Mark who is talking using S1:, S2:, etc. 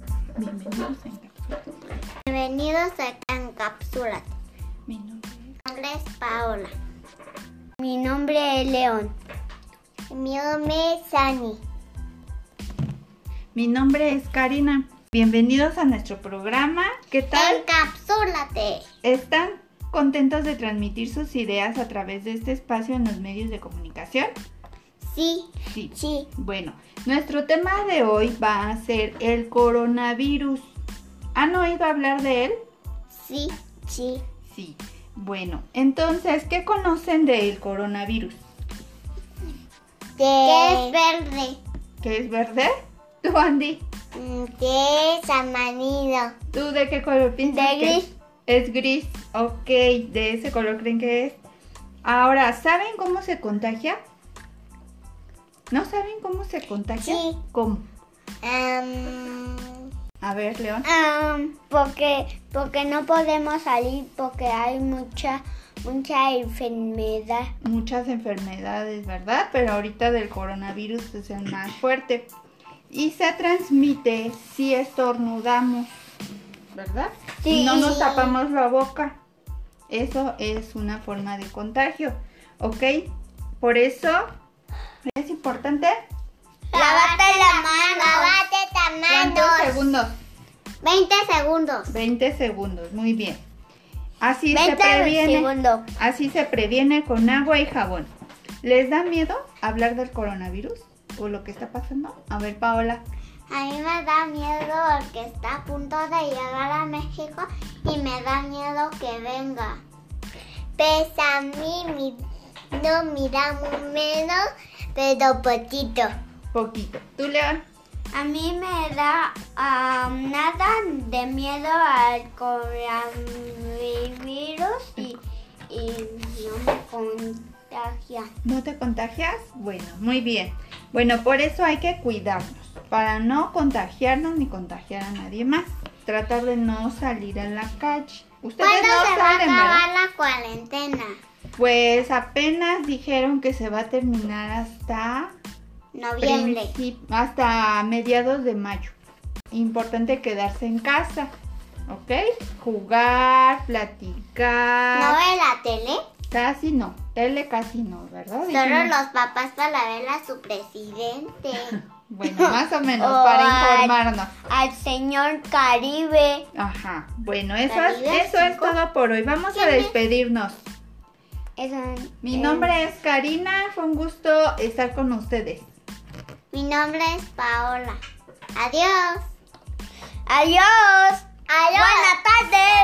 S1: Bienvenidos a Encapsulados.
S2: Bienvenidos a Encapsulas.
S1: Mi nombre es...
S2: Mi nombre es Paola. Mi nombre es León. Mi nombre es Sani.
S1: Mi nombre es Karina. Bienvenidos a nuestro programa. ¿Qué tal?
S2: Encapsúlate.
S1: ¿Están contentos de transmitir sus ideas a través de este espacio en los medios de comunicación?
S2: Sí,
S1: Sí.
S2: sí.
S1: Bueno, nuestro tema de hoy va a ser el coronavirus. ¿Han oído hablar de él?
S2: Sí, sí.
S1: Sí. Bueno, entonces, ¿qué conocen del coronavirus?
S2: Que es verde.
S1: ¿Que es verde? Tú, Andy,
S2: Que es amarillo.
S1: ¿tú de qué color piensas?
S2: De
S1: que
S2: gris.
S1: Es gris, ok, de ese color creen que es. Ahora, ¿saben cómo se contagia? ¿No saben cómo se contagia?
S2: Sí.
S1: ¿Cómo?
S2: Am,
S1: A ver, León.
S2: am, porque, porque no podemos salir porque hay mucha, mucha enfermedad.
S1: Muchas enfermedades, ¿verdad? Pero ahorita del coronavirus es el más fuerte. Y se transmite si estornudamos, ¿verdad?
S2: Sí.
S1: Y no nos tapamos la boca. Eso es una forma de contagio, ¿ok? Por eso es importante.
S2: Lávate la mano. Lávate la
S1: ¿Cuántos segundos?
S2: 20 segundos.
S1: 20 segundos, muy bien. Así se
S2: 20
S1: previene.
S2: segundos.
S1: Así se previene con agua y jabón. ¿Les da miedo hablar del coronavirus o lo que está pasando? A ver, Paola.
S2: A mí me da miedo porque está a punto de llegar a México y me da miedo que venga. Pues a mí mi- no me da muy menos, pero poquito.
S1: Poquito. ¿Tú, León?
S2: A mí me da ah, nada de miedo al coronavirus y, no me contagia.
S1: ¿No te contagias? Bueno, muy bien. Bueno, por eso hay que cuidarnos, para no contagiarnos ni contagiar a nadie más. Tratar de no salir a la calle. Ustedes
S2: ¿Cuándo
S1: no
S2: se va a
S1: salen, ¿verdad?
S2: acabar la cuarentena?
S1: Pues apenas dijeron que se va a terminar hasta
S2: Noviembre.
S1: Princip- hasta mediados de mayo. Importante quedarse en casa, ¿ok? Jugar,
S2: ¿No
S1: platicar.
S2: ve la tele?
S1: Casi no, tele casi no, ¿verdad?
S2: Solo
S1: Dijimos-
S2: los papás para ver a su presidente.
S1: Bueno, más o menos,
S2: O
S1: para
S2: al-
S1: informarnos.
S2: Al señor Caribe.
S1: Ajá, bueno, eso,
S2: La
S1: es-
S2: vida
S1: eso es
S2: cinco.
S1: todo por hoy. Vamos a
S2: ¿Quién es?
S1: despedirnos. Mi
S2: eh,
S1: nombre es Karina, fue un gusto estar con ustedes.
S2: Mi nombre es Paola. Adiós. Adiós. Adiós. Buenas tardes.